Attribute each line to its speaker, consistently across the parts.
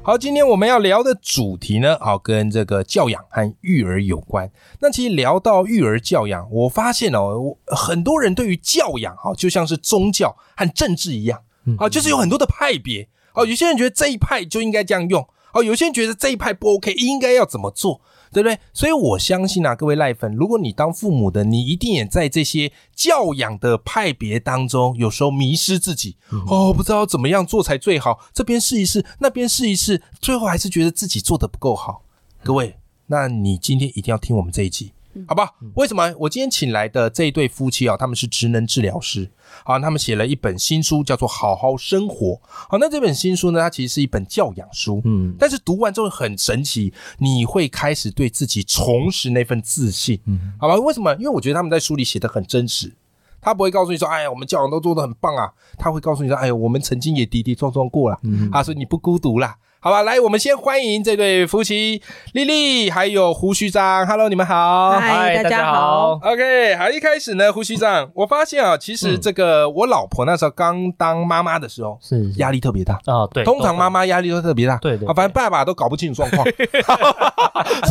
Speaker 1: 好，今天我们要聊的主题呢，好跟这个教养和育儿有关。那其实聊到育儿教养，我发现哦，我很多人对于教养哈，就像是宗教和政治一样，啊，就是有很多的派别。哦，有些人觉得这一派就应该这样用，哦，有些人觉得这一派不 OK，应该要怎么做，对不对？所以我相信啊，各位赖粉，如果你当父母的，你一定也在这些教养的派别当中，有时候迷失自己，哦，不知道怎么样做才最好，这边试一试，那边试一试，最后还是觉得自己做的不够好。各位，那你今天一定要听我们这一集。好吧，为什么我今天请来的这一对夫妻啊，他们是职能治疗师，好，啊他们写了一本新书，叫做《好好生活》。好，那这本新书呢，它其实是一本教养书，嗯，但是读完之后很神奇，你会开始对自己重拾那份自信，嗯，好吧？为什么？因为我觉得他们在书里写的很真实，他不会告诉你说，哎呀，我们教养都做得很棒啊，他会告诉你说，哎呀，我们曾经也跌跌撞撞过啦，他说你不孤独啦。好吧，来，我们先欢迎这对夫妻丽丽还有胡须章。Hello，你们好。
Speaker 2: 嗨大家好。
Speaker 1: OK，好，一开始呢，胡须章，我发现啊，其实这个我老婆那时候刚当妈妈的时候，
Speaker 3: 嗯是
Speaker 1: 压力特别大。
Speaker 3: 啊，对，
Speaker 1: 通常妈妈压力都特别大，
Speaker 3: 对对
Speaker 1: 啊，反正爸爸都搞不清楚状 况，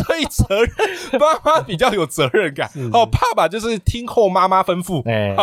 Speaker 1: 所以责任妈妈比较有责任感哦，爸爸就是听候妈妈吩咐
Speaker 3: 都，，哎，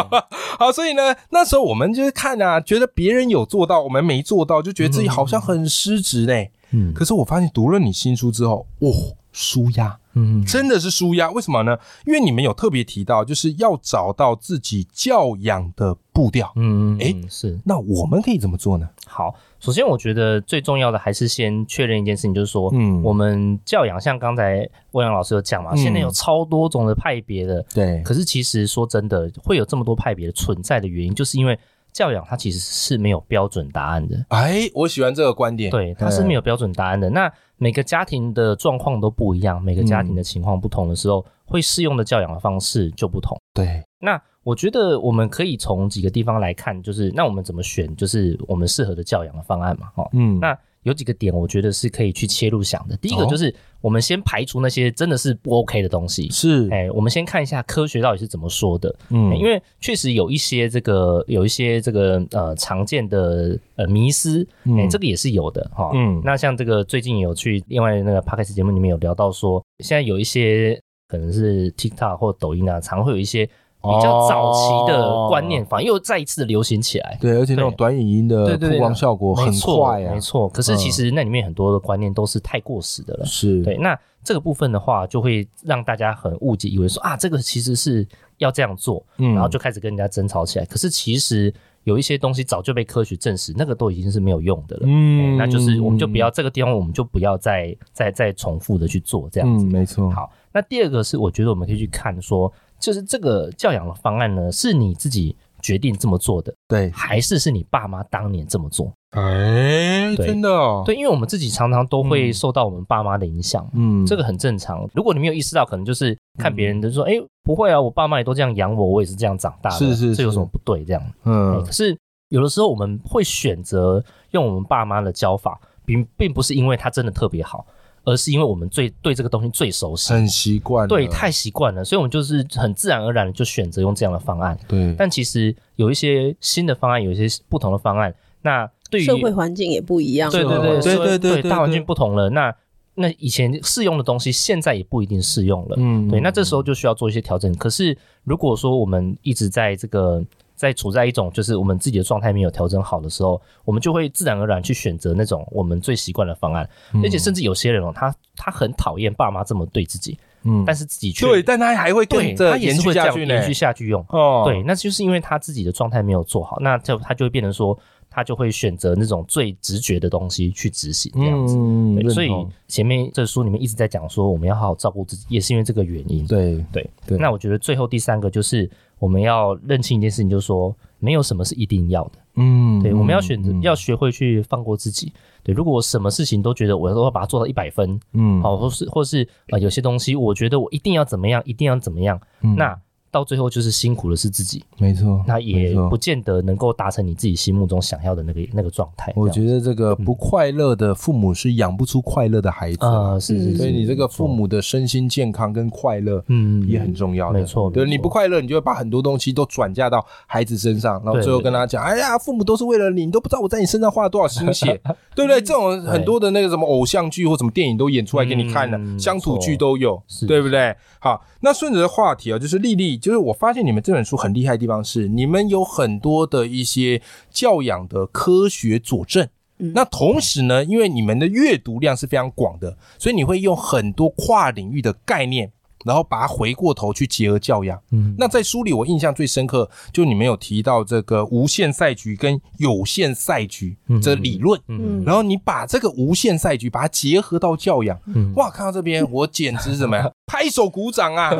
Speaker 1: 好，所以呢，那时候我们就是看啊，觉得别人有做到，我们没做到，就觉得自己好像很失职嘞。
Speaker 3: 嗯
Speaker 1: 可是我发现读了你新书之后，哦，舒压，
Speaker 3: 嗯，
Speaker 1: 真的是舒压。为什么呢？因为你们有特别提到，就是要找到自己教养的步调。
Speaker 3: 嗯，
Speaker 1: 诶
Speaker 3: 嗯是
Speaker 1: 那我们可以怎么做呢？
Speaker 3: 好。首先，我觉得最重要的还是先确认一件事情，就是说，
Speaker 1: 嗯
Speaker 3: 我们教养，像刚才欧阳老师有讲嘛，
Speaker 1: 嗯
Speaker 3: 现在有超多种的派别的。
Speaker 1: 对
Speaker 3: 可是其实说真的，会有这么多派别存在的原因，就是因为教养它其实是没有标准答案的。
Speaker 1: 哎，我喜欢这个观点。
Speaker 3: 对，它是
Speaker 1: 有
Speaker 3: 没有标准答案的。那每个家庭的状况都不一样，每个家
Speaker 1: 嗯
Speaker 3: 庭的情况不同的时候，会适用的教养的方式就不同。
Speaker 1: 对，
Speaker 3: 那我觉得我们可以从几个地方来看，就是那我们怎么选，就是我们适合的教养的方案嘛，哦。
Speaker 1: 嗯，
Speaker 3: 那有几个点，我觉得是可以去切入想的。第一个
Speaker 1: 哦
Speaker 3: 就是我们先排除那些真的是不 OK 的东西，
Speaker 1: 是
Speaker 3: 哎，我们先看一下科学到底是怎么说的。
Speaker 1: 嗯
Speaker 3: 因为确实有一些这个有一些这个呃常见的呃迷思，
Speaker 1: 嗯
Speaker 3: 哎、这个也是有的哈。
Speaker 1: 嗯
Speaker 3: 那像这个最近有去另外那个 podcast 节目里面有聊到说，现在有一些可能是 TikTok 或抖音啊，常会有一些比较早期的观
Speaker 1: 哦
Speaker 3: 念，反而又再一次地流行起来。
Speaker 1: 对，而且那种
Speaker 3: 对
Speaker 1: 短语音的
Speaker 3: 对对
Speaker 1: 曝
Speaker 3: 对
Speaker 1: 光效果很
Speaker 3: 没错
Speaker 1: 快啊
Speaker 3: 没，错。可是其实那里面很多的观念都是太过时的了。
Speaker 1: 是，
Speaker 3: 对，那这个部分的话，就会让大家很误解，以为说啊，这个其实是要这样做，
Speaker 1: 嗯
Speaker 3: 然后就开始跟人家争吵起来。可是其实有一些东西早就被科学证实，那个都已经是没有用的了。
Speaker 1: 嗯
Speaker 3: 哎那就是我们就不要这个地方，我们就不要再再再重复的去做这样子。
Speaker 1: 嗯，没错，
Speaker 3: 好，那第二个是我觉得我们可以去看说，就是这个教养的方案呢，是你自己决定这么做的，
Speaker 1: 对，
Speaker 3: 还是是你爸妈当年这么做？
Speaker 1: 哎，
Speaker 3: 对
Speaker 1: 真的哦，
Speaker 3: 对，因为我们自己常常都会
Speaker 1: 嗯
Speaker 3: 受到我们爸妈的影响嘛。
Speaker 1: 嗯，
Speaker 3: 这个很正常。如果你没有意识到，可能就是看别人的说，哎、不会啊，我爸妈也都这样养我，我也是这样长大的，
Speaker 1: 是是
Speaker 3: 这有
Speaker 1: 是
Speaker 3: 什么不对？这样、哎
Speaker 1: 嗯
Speaker 3: 可是有的时候我们会选择用我们爸妈的教法，并并不是因为他真的特别好，而是因为我们最对这个东西最熟悉，
Speaker 1: 很习惯了，
Speaker 3: 对，太习惯了，所以我们就是很自然而然的就选择用这样的方案。
Speaker 1: 对，
Speaker 3: 但其实有一些新的方案，有一些不同的方案，那对于
Speaker 2: 社会环境也不一样。哦
Speaker 3: 对对
Speaker 1: 对
Speaker 3: 对
Speaker 1: 对
Speaker 3: 所以
Speaker 1: 对对对
Speaker 3: 大环境不同了，那那以前适用的东西，现在也不一定适用了。
Speaker 1: 嗯
Speaker 3: 对，那这时候就需要做一些调整。可是如果说我们一直在这个在处在一种就是我们自己的状态没有调整好的时候，我们就会自然而然去选择那种我们最习惯的方案，
Speaker 1: 嗯
Speaker 3: 而且甚至有些人哦，他他很讨厌爸妈这么对自己，
Speaker 1: 嗯
Speaker 3: 但是自己却
Speaker 1: 对，但他还会
Speaker 3: 对
Speaker 1: 跟
Speaker 3: 他
Speaker 1: 着
Speaker 3: 也
Speaker 1: 延
Speaker 3: 是
Speaker 1: 续
Speaker 3: 会这
Speaker 1: 下
Speaker 3: 样
Speaker 1: 去呢
Speaker 3: 延，续下去用。
Speaker 1: 哦，
Speaker 3: 对，，那就是因为他自己的状态没有做好，那就他就会变成说，他就会选择那种最直觉的东西去执行这样子。
Speaker 1: 嗯
Speaker 3: 对，所以
Speaker 1: 认同
Speaker 3: 前面这书里面一直在讲说，我们要好好照顾自己，也是因为这个原因。
Speaker 1: 对
Speaker 3: 对
Speaker 1: 对
Speaker 3: 那我觉得最后第三个就是我们要认清一件事情，就是说没有什么是一定要的。
Speaker 1: 嗯
Speaker 3: 对，我们要选择
Speaker 1: 嗯，
Speaker 3: 要学会去放过自己。对，如果我什么事情都觉得我都要把它做到一百分，
Speaker 1: 嗯，
Speaker 3: 好，或是或是呃有些东西，我觉得我一定要怎么样，一定要怎么样，
Speaker 1: 嗯
Speaker 3: 那到最后就是辛苦的是自己，
Speaker 1: 没错，
Speaker 3: 那
Speaker 1: 没
Speaker 3: 也
Speaker 1: 错
Speaker 3: 不见得能够达成你自己心目中想要的那个那个状态。
Speaker 1: 我
Speaker 3: 这样嗯
Speaker 1: 觉得这个不快乐的父母是养不出快乐的孩子啊，
Speaker 3: 啊，
Speaker 2: 嗯
Speaker 3: 是是是，
Speaker 1: 所以你这个父
Speaker 3: 没错，
Speaker 1: 母的身心健康跟快乐
Speaker 3: 嗯，
Speaker 1: 也很重要的。
Speaker 3: 没错
Speaker 1: 对，
Speaker 3: 没错
Speaker 1: 你不快乐，你就会把很多东西都转嫁到孩子身上，然后
Speaker 3: 对
Speaker 1: 最后跟他讲：“哎呀，父母都是为了你，你都不知道我在你身上花了多少心 血，对不对？”这种很多的那个什么偶像剧或什么电影都演出来给你看了，
Speaker 3: 嗯
Speaker 1: 乡土剧
Speaker 3: 没错
Speaker 1: 都有，
Speaker 3: 是
Speaker 1: 对不对？好，那顺着话题啊，就是丽丽，就是我发现你们这本书很厉害的地方是，你们有很多的一些教养的科学佐证。
Speaker 2: 嗯
Speaker 1: 那同时呢，因为你们的阅读量是非常广的，所以你会用很多跨领域的概念，然后把它回过头去结合教养。
Speaker 3: 嗯，
Speaker 1: 那在书里，我印象最深刻，就你们有提到这个无限赛局跟有限赛局
Speaker 3: 嗯
Speaker 1: 这理论，
Speaker 2: 嗯
Speaker 1: 然后你把这个无限赛局把它结合到教养，
Speaker 3: 嗯
Speaker 1: 哇！看到这边，我简直怎么样，拍手鼓掌啊！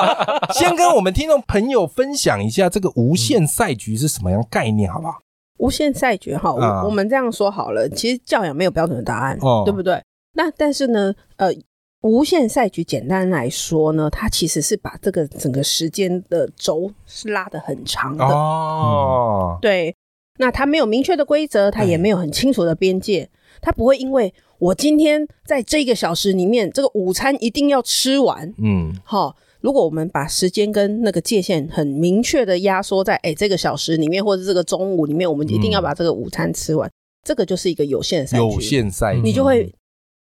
Speaker 1: 先跟我们听众朋友分享一下这个无限赛局是什么样概念，好不好？
Speaker 2: 无限赛局哈，我、
Speaker 1: 啊
Speaker 2: 我们这样说好了，其实教养没有标准的答案，
Speaker 1: 哦
Speaker 2: 对不对？那但是呢，呃，无限赛局简单来说呢，它其实是把这个整个时间的轴是拉得很长的，
Speaker 1: 哦，
Speaker 2: 对。那它没有明确的规
Speaker 1: 嗯
Speaker 2: 则，它也没有很清楚的边界，它不会因为我今天在这个小时里面，这个午餐一定要吃完，
Speaker 1: 嗯
Speaker 2: 好，如果我们把时间跟那个界限很明确的压缩在哎、诶这个小时里面，或者这个中午里面，我们一定要把这个午餐吃完，这个就是一个有限赛局，
Speaker 1: 有限赛局，
Speaker 2: 你就会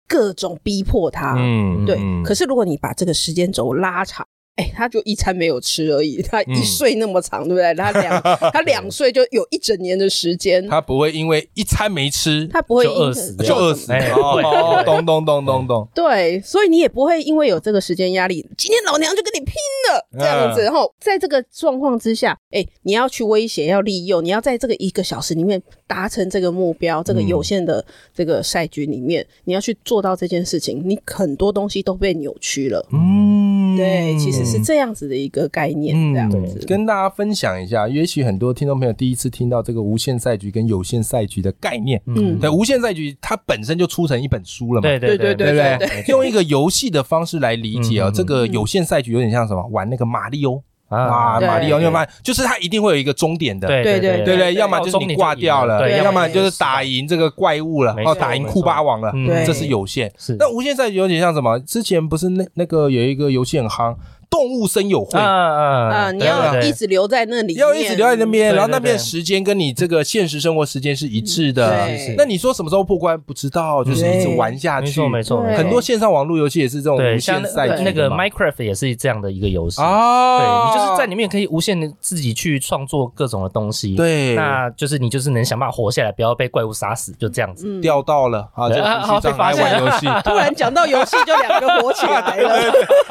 Speaker 2: 各种逼迫他。
Speaker 1: 嗯
Speaker 2: 对，
Speaker 1: 嗯
Speaker 2: 可是如果你把这个时间轴拉长。哎、他就一餐没有吃而已，他一
Speaker 1: 嗯
Speaker 2: 岁那么长，对不对？他 两他两岁就有一整年的时间，
Speaker 1: 他不会因为一餐没吃
Speaker 2: 他不会
Speaker 3: 就
Speaker 2: 因
Speaker 3: 饿死
Speaker 2: 此
Speaker 1: 就饿死，
Speaker 3: 哎对
Speaker 1: 哦，懂懂懂懂懂，
Speaker 2: 对，所以你也不会因为有这个时间压力，今天老娘就跟你拼了
Speaker 1: 嗯
Speaker 2: 这样子。然后在这个状况之下，哎，你要去威胁，要利诱，你要在这个一个小时里面达成这个目标，
Speaker 1: 嗯
Speaker 2: 这个有限的这个赛局里面，你要去做到这件事情，你很多东西都被扭曲了。
Speaker 1: 嗯，
Speaker 2: 对，其实是这样子的一个概念，这样
Speaker 1: 嗯
Speaker 2: 子。
Speaker 1: 跟大家分享一下，也许很多听众朋友第一次听到这个无限赛局跟有限赛局的概念。
Speaker 2: 嗯
Speaker 1: 对，无限赛局它本身就出成一本书了嘛，
Speaker 3: 对对
Speaker 2: 对
Speaker 1: 对
Speaker 3: 对
Speaker 1: 不
Speaker 2: 对
Speaker 1: 对？ 用一个游戏的方式来理解哦，
Speaker 3: 嗯
Speaker 1: 这个有限赛局有点像什么？玩那个马里欧啊，
Speaker 2: 对
Speaker 1: 马里奥，你
Speaker 3: 对
Speaker 1: 有发现，就是它一定会有一个终点的，
Speaker 3: 对
Speaker 2: 对对
Speaker 1: 对不对？
Speaker 2: 对
Speaker 1: 要么就是你挂掉了，
Speaker 3: 对，
Speaker 2: 对
Speaker 1: 要么
Speaker 2: 对
Speaker 1: 就是打赢这个怪物了，
Speaker 3: 没
Speaker 1: 哦，
Speaker 3: 错
Speaker 1: 打赢
Speaker 3: 没
Speaker 1: 库巴
Speaker 3: 错
Speaker 1: 王了，
Speaker 3: 嗯
Speaker 2: 对
Speaker 1: 这是有限。
Speaker 3: 是
Speaker 1: 那无限赛局有点像什么？之前不是那那个有一个游戏很夯，动物森友会
Speaker 3: 啊。啊
Speaker 2: 啊、
Speaker 1: 嗯
Speaker 2: 你要一
Speaker 3: 一
Speaker 2: 直留在那里面，
Speaker 1: 要一直留在那边，
Speaker 3: 对
Speaker 1: 然后那
Speaker 3: 对
Speaker 1: 边
Speaker 3: 对
Speaker 1: 时间跟你这个现实生活时间是一致的
Speaker 2: 对是是。
Speaker 1: 那你说什么时候破关？不知道，就是一直
Speaker 2: 对
Speaker 1: 玩下
Speaker 3: 没
Speaker 1: 去
Speaker 3: 错。没错，
Speaker 2: 对
Speaker 3: 没错
Speaker 1: 很多线上网络游戏也是这种
Speaker 3: 对
Speaker 1: 无
Speaker 3: 像
Speaker 1: 限
Speaker 3: 那
Speaker 1: 赛
Speaker 3: 个
Speaker 1: 局
Speaker 3: 那个
Speaker 1: 嘛
Speaker 3: Minecraft 也是这样的一个游戏。对
Speaker 1: 啊，
Speaker 3: 你就是在里面可以无限的自己去创作各种的东西，
Speaker 1: 对嗯
Speaker 3: 那就是你就是能想办法活下来，不要被怪物杀死，就这样子。
Speaker 2: 嗯
Speaker 1: 钓到了啊，就
Speaker 3: 对啊
Speaker 1: 必须
Speaker 3: 好被
Speaker 1: 张
Speaker 3: 发
Speaker 1: 开
Speaker 3: 现
Speaker 1: 玩游 戏。
Speaker 2: 突然讲到游戏，就两个火起来 了。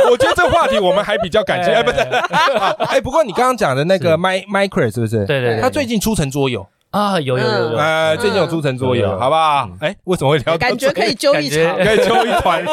Speaker 1: 我觉得这个话题我们还比较感兴趣。哎，不是，啊 哎，不过你刚刚讲的那个
Speaker 3: 是
Speaker 1: My Micro 是不是？
Speaker 3: 对对对
Speaker 1: 他最近出成桌游，
Speaker 3: 啊，有有有有，
Speaker 1: 呃，最近有出成桌游，
Speaker 3: 有有
Speaker 1: 好不
Speaker 3: 嗯
Speaker 1: 好？哎，为什么会聊到
Speaker 2: 感觉
Speaker 1: 这
Speaker 2: 可以揪
Speaker 3: 感
Speaker 2: 一
Speaker 3: 觉
Speaker 2: 场，
Speaker 1: 可以揪一团。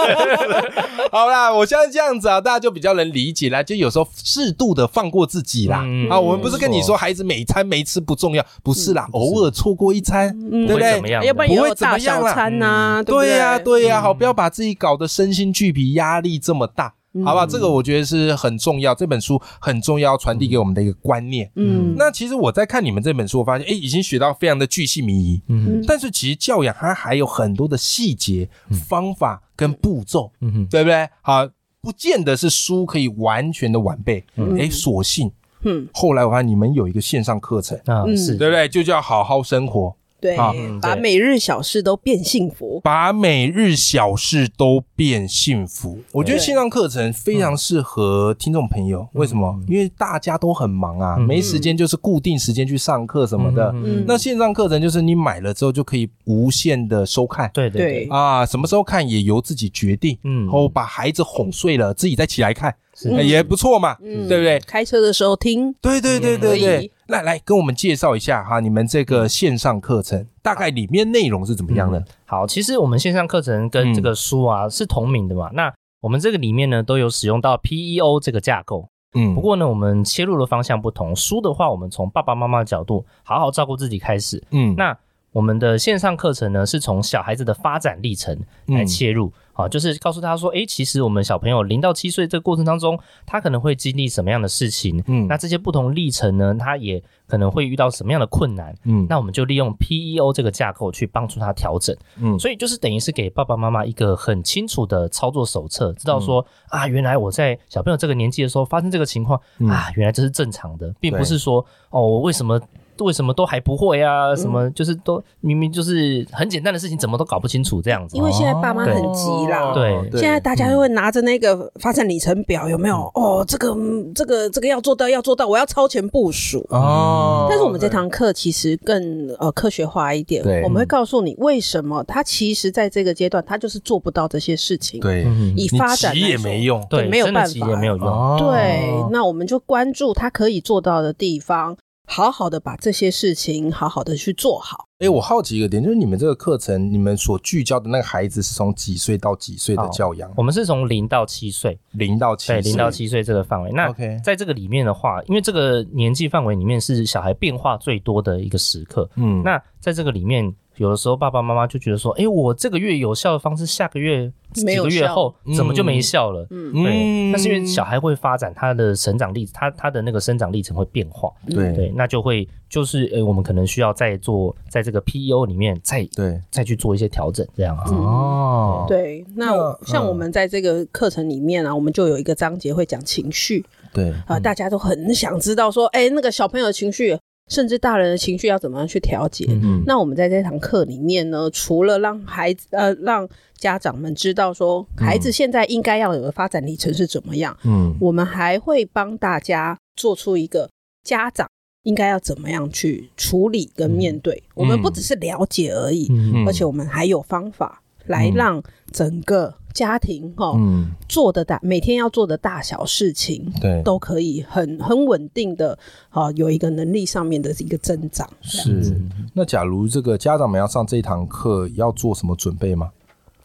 Speaker 1: 好啦，我相信这样子啊，大家就比较能理解啦。就有时候适度的放过自己啦。
Speaker 3: 嗯
Speaker 1: 啊，我们不是跟你
Speaker 3: 没
Speaker 1: 说
Speaker 3: 错
Speaker 1: 孩子每餐没吃不重要，不是啦，偶尔错过一餐，
Speaker 2: 嗯
Speaker 1: 对不
Speaker 3: 会
Speaker 1: 对？
Speaker 3: 怎么样的？
Speaker 2: 要不然也有大小餐啊呐、对不
Speaker 1: 对呀、
Speaker 2: 对
Speaker 1: 对呀、好，不要把自己搞得身心俱疲，压力这么大，好不好？这个我觉得是很重要，这本书很重要，传递给我们的一个观念。
Speaker 2: 嗯，
Speaker 1: 那其实我在看你们这本书，我发现，哎，已经学到非常的巨细靡遗。
Speaker 3: 嗯
Speaker 1: 但是其实教养它还有很多的细节、方法跟步骤，
Speaker 3: 嗯哼，
Speaker 1: 对不对？好，不见得是书可以完全的完备。哎，所幸，
Speaker 2: 嗯，
Speaker 1: 后来我发现你们有一个线上课程，
Speaker 3: 啊
Speaker 2: 嗯
Speaker 3: 是
Speaker 1: 对不对？就叫好好生活。
Speaker 2: 对
Speaker 1: 啊
Speaker 3: 嗯，
Speaker 2: 把
Speaker 3: 对
Speaker 2: 每日小事都变幸福。
Speaker 1: 把每日小事都变幸福。我觉得线上课程非常适合听众朋友，
Speaker 2: 嗯
Speaker 1: 为什么？因为大家都很忙啊，
Speaker 3: 嗯
Speaker 1: 没时间就是固定时间去上课什么的。
Speaker 2: 嗯
Speaker 1: 那线上课程就是你买了之后就可以无限的收看。
Speaker 3: 对对
Speaker 2: 对
Speaker 3: 对，
Speaker 1: 啊，什么时候看也由自己决定，
Speaker 3: 嗯
Speaker 1: 然后把孩子哄睡了，自己再起来看，
Speaker 3: 是
Speaker 1: 哎也不错嘛，
Speaker 2: 嗯
Speaker 1: 对不对？
Speaker 2: 开车的时候听，
Speaker 1: 对对对对
Speaker 2: 可以嗯
Speaker 1: 对，来来跟我们介绍一下哈，你们这个线上课程大概里面内容是怎么样的？
Speaker 3: 好，其实我们线上课程
Speaker 1: 嗯
Speaker 3: 跟 E 这个书啊、是同名的嘛，那我们这个里面呢都有使用到 PEO 这个架构。
Speaker 1: 嗯
Speaker 3: 不过呢，我们切入的方向不同。书的话，我们从爸爸妈妈的角度，好好照顾自己开始。
Speaker 1: 嗯
Speaker 3: 那我们的线上课程呢，是从小孩子的发展历程来
Speaker 1: 嗯
Speaker 3: 切入、啊，就是告诉他说，诶，其实我们小朋友零到七岁这个过程当中，他可能会经历什么样的事情？
Speaker 1: 嗯
Speaker 3: 那这些不同历程呢，他也可能会遇到什么样的困难？
Speaker 1: 嗯
Speaker 3: 那我们就利用 PEO 这个架构去帮助他调整。
Speaker 1: 嗯
Speaker 3: 所以就是等于是给爸爸妈妈一个很清楚的操作手册，知道说、啊，原来我在小朋友这个年纪的时候发生这个情况、
Speaker 1: 嗯
Speaker 3: 啊，原来这是正常的，并
Speaker 1: 对
Speaker 3: 不是说哦，我为什么为什么都还不会啊，什
Speaker 1: 嗯
Speaker 3: 么就是都明明就是很简单的事情，怎么都搞不清楚这样子
Speaker 2: 因。为现在爸妈
Speaker 1: 哦
Speaker 2: 很急啦。
Speaker 3: 对
Speaker 2: 现在大家都会拿着那个发展里程表，有没有？哦，这个、嗯这个、这个要做到，要做到，我要超前部署。
Speaker 1: 哦，
Speaker 2: 但是我们这堂课其实更呃科学化一点
Speaker 1: 对，
Speaker 2: 我们会告诉你为什么他其实在这个阶段他就是做不到这些事情。，
Speaker 1: 对，
Speaker 3: 嗯
Speaker 2: 以
Speaker 1: 你
Speaker 2: 发展
Speaker 1: 急
Speaker 2: 来
Speaker 1: 也
Speaker 2: 说
Speaker 1: 没用，
Speaker 3: 对，
Speaker 2: 对没有
Speaker 3: 真的
Speaker 2: 办
Speaker 3: 急
Speaker 2: 法
Speaker 3: 也没有用。
Speaker 1: 哦
Speaker 2: 对，那我们就关注他可以做到的地方，好好的把这些事情好好的去做好。
Speaker 1: 哎，我好奇一个点，就是你们这个课程，你们所聚焦的那个孩子是从几岁到几岁的
Speaker 3: 好
Speaker 1: 教养？
Speaker 3: 我们是从零到七岁，
Speaker 1: 零到七，
Speaker 3: 对，零到，七岁这个范围。那
Speaker 1: OK
Speaker 3: 在这个里面的话，因为这个年纪范围里面是小孩变化最多的一个时刻，
Speaker 1: 嗯，
Speaker 3: 那在这个里面，有的时候爸爸妈妈就觉得说，哎、我这个月有效的方式，下个月
Speaker 2: 没
Speaker 3: 几
Speaker 2: 有
Speaker 3: 个月
Speaker 2: 效
Speaker 3: 后
Speaker 1: 嗯
Speaker 3: 怎么就没效了？
Speaker 2: 嗯，
Speaker 3: 对，
Speaker 1: 嗯，
Speaker 3: 那是因为小孩会发展他的成长历，他他的那个生长历程会变化，
Speaker 1: 对
Speaker 3: 对，那就会就是，诶，我们可能需要再做，在这个 PEO 里面再
Speaker 1: 对
Speaker 3: 再去做一些调整，这样
Speaker 2: 嗯
Speaker 3: 子。
Speaker 1: 哦，
Speaker 2: 对。那
Speaker 1: 那
Speaker 2: 像
Speaker 1: 嗯
Speaker 2: 我们在这个课程里面啊，我们就有一个章节会讲情绪
Speaker 1: 对
Speaker 2: 啊、大家都很想知道说，哎，那个小朋友的情绪，甚至大人的情绪要怎么样去调节。
Speaker 1: 嗯
Speaker 2: 那我们在这堂课里面呢，除了让孩子呃让家长们知道说孩子现在应该要有的发展历程是怎么样，
Speaker 1: 嗯
Speaker 2: 我们还会帮大家做出一个家长应该要怎么样去处理跟面对。我们不只是了解而已，
Speaker 3: 嗯
Speaker 1: 嗯
Speaker 2: 而且我们还有方法来让整个家庭哦、
Speaker 1: 嗯，
Speaker 2: 做的大每天要做的大小事情。
Speaker 1: 对，
Speaker 2: 都可以很很稳定的啊、有一个能力上面的一个增长。
Speaker 1: 是。那假如这个家长们要上这一堂课，要做什么准备吗？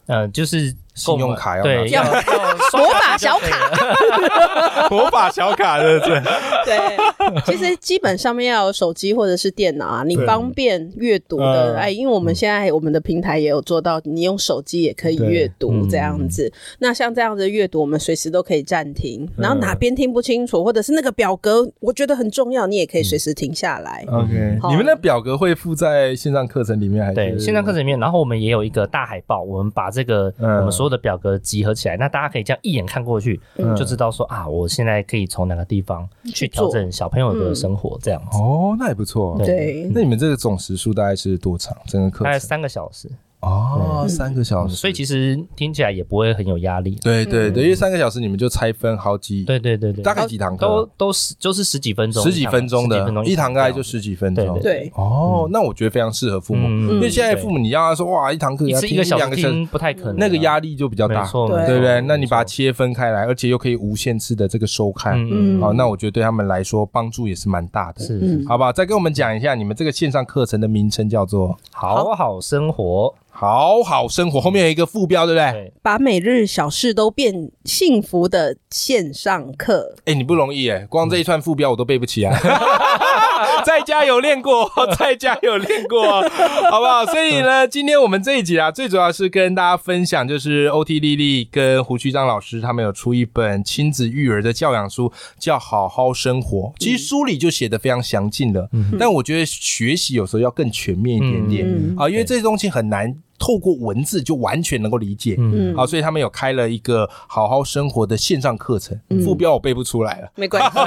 Speaker 3: 呃，就是
Speaker 1: 信用
Speaker 3: 购买
Speaker 1: 卡要拿
Speaker 3: 对
Speaker 1: 出
Speaker 3: 要
Speaker 1: 来
Speaker 3: 要刷
Speaker 2: 魔法
Speaker 3: 卡就
Speaker 2: 小
Speaker 3: 可以
Speaker 2: 卡
Speaker 3: 了，
Speaker 1: 魔法小卡，对不对？
Speaker 2: 对，其实基本上面要有手机或者是电脑啊，你
Speaker 1: 对
Speaker 2: 方便阅读的。
Speaker 1: 嗯
Speaker 2: 哎，因为我们现在我们的平台也有做到，你用手机也可以阅读
Speaker 3: 对
Speaker 2: 这样子。那像这样子的阅读，我们随时都可以暂停，
Speaker 1: 嗯
Speaker 2: 然后哪边听不清楚，或者是那个表格我觉得很重要，你也可以随时停下来。
Speaker 1: OK，
Speaker 2: 好
Speaker 1: 你们的表格会附在线上课程里面还是？
Speaker 3: 对，线上课程里面，然后我们也有一个大海报，我们把这个、
Speaker 1: 嗯
Speaker 3: 我们所有的表格集合起来，那大家可以这样一眼看过去，就知道说啊，我现在可以从哪个地方嗯去
Speaker 2: 嗯去
Speaker 3: 调
Speaker 2: 做嗯
Speaker 3: 整小朋友的生活，这样子。
Speaker 1: 哦，那也不错。
Speaker 3: 对
Speaker 2: 对，
Speaker 1: 那你们这个总时数大概是多长？整个课
Speaker 3: 大概
Speaker 1: 程
Speaker 3: 三个小时，
Speaker 1: 哦，三个小时。
Speaker 3: 所以其实听起来也不会很有压力。
Speaker 1: 对对
Speaker 3: 嗯
Speaker 1: 对，因为三个小时你们就拆分好几，
Speaker 3: 对对对对，
Speaker 1: 大概几堂课
Speaker 3: 都都十就是十几分钟，
Speaker 1: 十几分钟
Speaker 3: 十几
Speaker 1: 的
Speaker 3: 分钟，
Speaker 1: 一堂大概
Speaker 3: 这
Speaker 1: 就
Speaker 3: 样子
Speaker 1: 十几分钟。
Speaker 3: 对
Speaker 2: 对
Speaker 1: 哦，那我觉得非常适合父母，
Speaker 3: 嗯
Speaker 1: 因为现在父母你要他说哇，一堂课
Speaker 3: 一
Speaker 1: 要
Speaker 3: 次
Speaker 1: 听
Speaker 3: 一个小
Speaker 1: 两
Speaker 3: 时
Speaker 1: 个小时，
Speaker 3: 听不太可能啊，
Speaker 1: 那个压力就比较
Speaker 3: 没
Speaker 1: 大，
Speaker 3: 错，
Speaker 2: 对
Speaker 3: 哦没错
Speaker 1: 对不对？那你把它
Speaker 3: 没错
Speaker 1: 切分开来，而且又可以无限次的这个收看，
Speaker 3: 嗯
Speaker 1: 好，那我觉得对他们来说帮助也是蛮大的。
Speaker 3: 是
Speaker 2: 嗯
Speaker 1: 好吧，再跟我们讲一下你们这个线上课程的名称叫做
Speaker 3: 好好生活，
Speaker 1: “好好生活”，后面有一个副标，对不对？
Speaker 3: 对，
Speaker 2: 把每日小事都变幸福的线上课。
Speaker 1: 哎，你不容易
Speaker 2: 嗯
Speaker 1: 哎，光这一串副标我都背不起来。 在家有练 过，在家有练过，好不好？所以
Speaker 2: 嗯
Speaker 1: 呢，今天我们这一集啊，最主要是跟大家分享，就是 OT 丽丽跟胡旭章老师他们有出一本亲子育儿的教养书，叫《好好生活》。
Speaker 2: 嗯
Speaker 1: 其实书里就写的非常详尽了，但我觉得学习有时候要更全面一点点、
Speaker 2: 嗯
Speaker 1: 啊，因为这东西很难透过文字就完全能够理解。
Speaker 3: 嗯
Speaker 2: 嗯，
Speaker 1: 好，所以他们有开了一个好好生活的线上课程，副标我背不出来 了。
Speaker 2: 没关系，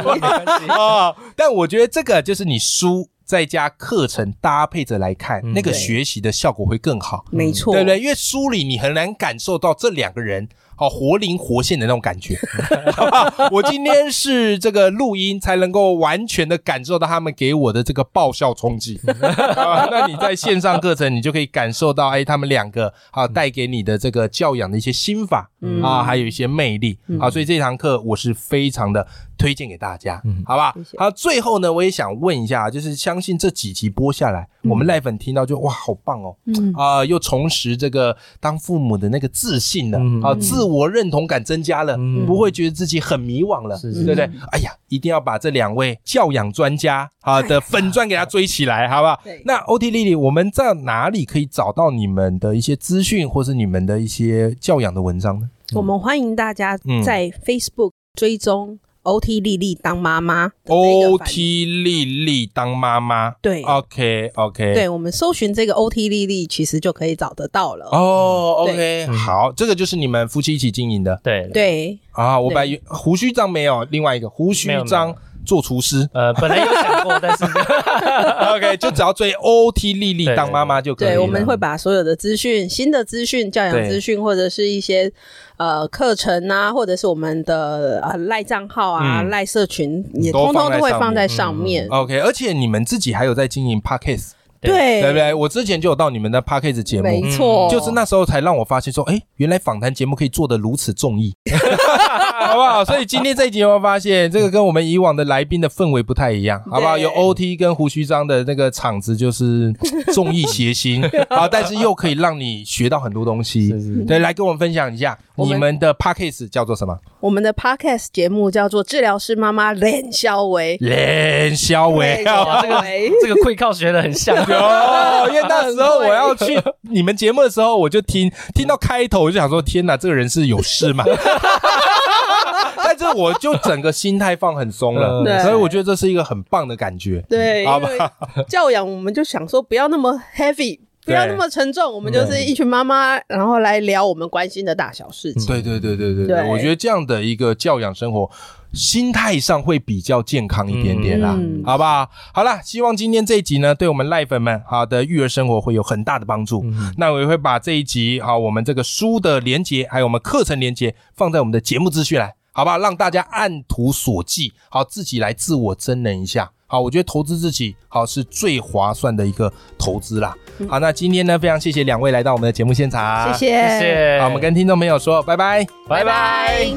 Speaker 1: 哦，但我觉得这个就是你书再加课程搭配着来看，那个学习的效果会更好，
Speaker 2: 没错，
Speaker 1: 对不对？因为书里你很难感受到这两个人。好活灵活现的那种感觉， 好不好我今天是这个录音才能够完全的感受到他们给我的这个爆笑冲击。 好吧那你在线上课程，你就可以感受到，哎，他们两个啊带给你的这个教养的一些心法
Speaker 2: 嗯
Speaker 1: 啊，还有一些魅力啊，所以这堂课我是非常的推荐给大家，
Speaker 2: 嗯
Speaker 1: 好吧？好，最后呢，我也想问一下，就是相信这几集播下来，
Speaker 2: 嗯
Speaker 1: 我们赖粉听到就哇，好棒哦，啊，又重拾这个当父母的那个自信了
Speaker 3: 嗯
Speaker 1: 啊，自我认同感增加了，
Speaker 3: 嗯
Speaker 1: 不会觉得自己很迷惘了，
Speaker 3: 是
Speaker 1: 对不对？哎呀，一定要把这两位教养专家好
Speaker 2: 哎
Speaker 1: 的粉钻给他追起来，好不好
Speaker 2: 对？
Speaker 1: 那 OT 丽丽，我们在哪里可以找到你们的一些资讯，或是你们的一些教养的文章呢？
Speaker 2: 我们欢迎大家
Speaker 1: 嗯
Speaker 2: 在 Facebook 追踪 OT 丽丽当妈妈的这
Speaker 1: 哦
Speaker 2: 个反
Speaker 1: OT 丽丽当妈妈，
Speaker 2: 对
Speaker 1: ，OK OK，
Speaker 2: 对我们搜寻这个 OT 丽丽，其实就可以找得到了。
Speaker 1: 哦
Speaker 2: 嗯
Speaker 1: ，OK，好，这个就是你们夫妻一起经营的
Speaker 3: 对，
Speaker 2: 对，
Speaker 1: 啊。我
Speaker 2: 对
Speaker 1: 把原胡须章没有，另外一个胡须
Speaker 3: 没有没有
Speaker 1: 章做厨 师
Speaker 3: 呃，本来有想过，但是没有
Speaker 1: ，OK，就只要追 OT 丽丽
Speaker 3: 对
Speaker 1: 当妈妈就可以了。
Speaker 2: 对，我们会把所有的资讯、新的资讯、教养资讯，或者是一些呃课程啊，或者是我们的呃赖账号啊、
Speaker 1: 嗯
Speaker 2: 赖、社群，也
Speaker 1: 都
Speaker 2: 通
Speaker 1: 放
Speaker 2: 通
Speaker 1: 在
Speaker 2: 都会
Speaker 1: 上
Speaker 2: 放
Speaker 1: 面嗯
Speaker 2: 在上面。
Speaker 1: OK，而且你们自己还有在经营 Podcast，
Speaker 2: 对，
Speaker 1: 对不对？我之前就有到你们的 Podcast 节目。
Speaker 2: 没错、
Speaker 1: 嗯就是那时候才让我发现说，哎，原来访谈节目可以做的如此众议， 好不好？所以今天这一集有没有发现，这个跟我们以往的来宾的氛围不太一样，好不好？
Speaker 2: 对
Speaker 1: 有 OT 跟胡须章的那个场子就是众议谐星，好，但是又可以让你学到很多东
Speaker 3: 是
Speaker 1: 西。
Speaker 3: 是
Speaker 1: 对，来跟我们分享一下
Speaker 2: 我
Speaker 1: 你
Speaker 2: 们
Speaker 1: 们的 Podcast 叫做什么？
Speaker 2: 我们的 podcast 节目叫做《治疗师妈妈冷肖维》。
Speaker 1: 连肖 伟。
Speaker 2: 肖
Speaker 3: 这个
Speaker 2: 维，
Speaker 3: 这个会靠学的很像，
Speaker 1: 嗯有，因为那时候我要去你们节目的时候，我就听听到开头，我就想说：天哪，这个人是有事吗？但是我就整个心态放很松了，
Speaker 2: 对
Speaker 1: 所以我觉得这是一个很棒的感觉。
Speaker 2: 对，
Speaker 1: 好
Speaker 2: 因
Speaker 1: 吧
Speaker 2: 为教养我们就想说不要那么 heavy，不要那么沉重，我们就是
Speaker 1: 嗯
Speaker 2: 一群妈妈，然后来聊我们关心的大小事情。
Speaker 1: 对对对对对
Speaker 2: 对
Speaker 1: 我觉得这样的一个教养生活，心态上会比较健康一点点啦，
Speaker 2: 嗯
Speaker 1: 好不好？好啦，希望今天这一集呢，对我们赖粉们好的育儿生活会有很大的帮助。
Speaker 3: 嗯
Speaker 1: 那我也会把这一集好我们这个书的连接，还有我们课程连接放在我们的节目资讯栏，好不好？让大家按图索骥，好自己来自我真人一下。好，我觉得投资自己好是最划算的一个投资啦。好，那今天呢，非常谢谢两位来到我们的节目现场，
Speaker 2: 谢谢，
Speaker 3: 谢谢。
Speaker 1: 好，我们跟听众朋友说拜拜。
Speaker 3: 拜拜。